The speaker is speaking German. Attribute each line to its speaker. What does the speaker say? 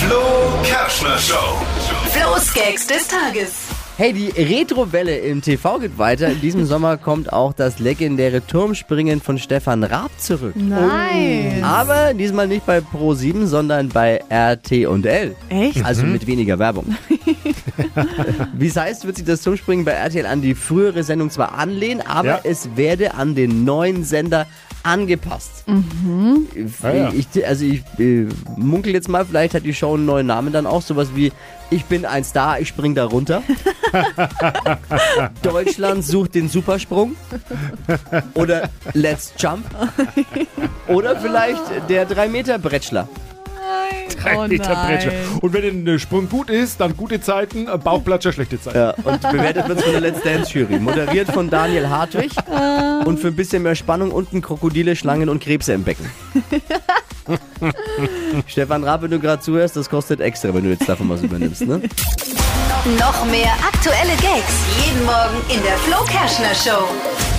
Speaker 1: Flo Kerschner Show.
Speaker 2: Flo's Gags des Tages.
Speaker 3: Hey, die Retrowelle im TV geht weiter. In diesem Sommer kommt auch das legendäre Turmspringen von Stefan Raab zurück. Oh.
Speaker 4: Nein.
Speaker 3: Aber diesmal nicht bei Pro7, sondern bei RT und L.
Speaker 4: Echt?
Speaker 3: Also mit weniger Werbung. Wie es heißt, wird sich das Turmspringen bei RTL an die frühere Sendung zwar anlehnen, aber
Speaker 5: Ja.
Speaker 3: es werde an den neuen Sender angepasst.
Speaker 5: Ah, ja.
Speaker 3: Ich, also ich äh, munkel jetzt mal, vielleicht hat die Show einen neuen Namen dann auch, sowas wie Ich bin ein Star, ich spring da runter. Deutschland sucht den Supersprung. Oder Let's Jump. Oder vielleicht der 3-Meter-Bretschler.
Speaker 4: Oh
Speaker 5: Meter Bretscher.
Speaker 4: nein.
Speaker 5: Und wenn der Sprung gut ist, dann gute Zeiten, äh, Bauchplatscher, schlechte Zeiten.
Speaker 3: Ja, und bewertet wird von der Let's Dance Jury. Moderiert von Daniel Hartwig. Und für ein bisschen mehr Spannung unten Krokodile, Schlangen und Krebse im Becken. Stefan Raab, wenn du gerade zuhörst, das kostet extra, wenn du jetzt davon was übernimmst, ne?
Speaker 2: Noch mehr aktuelle Gags jeden Morgen in der Flo Kerschner Show.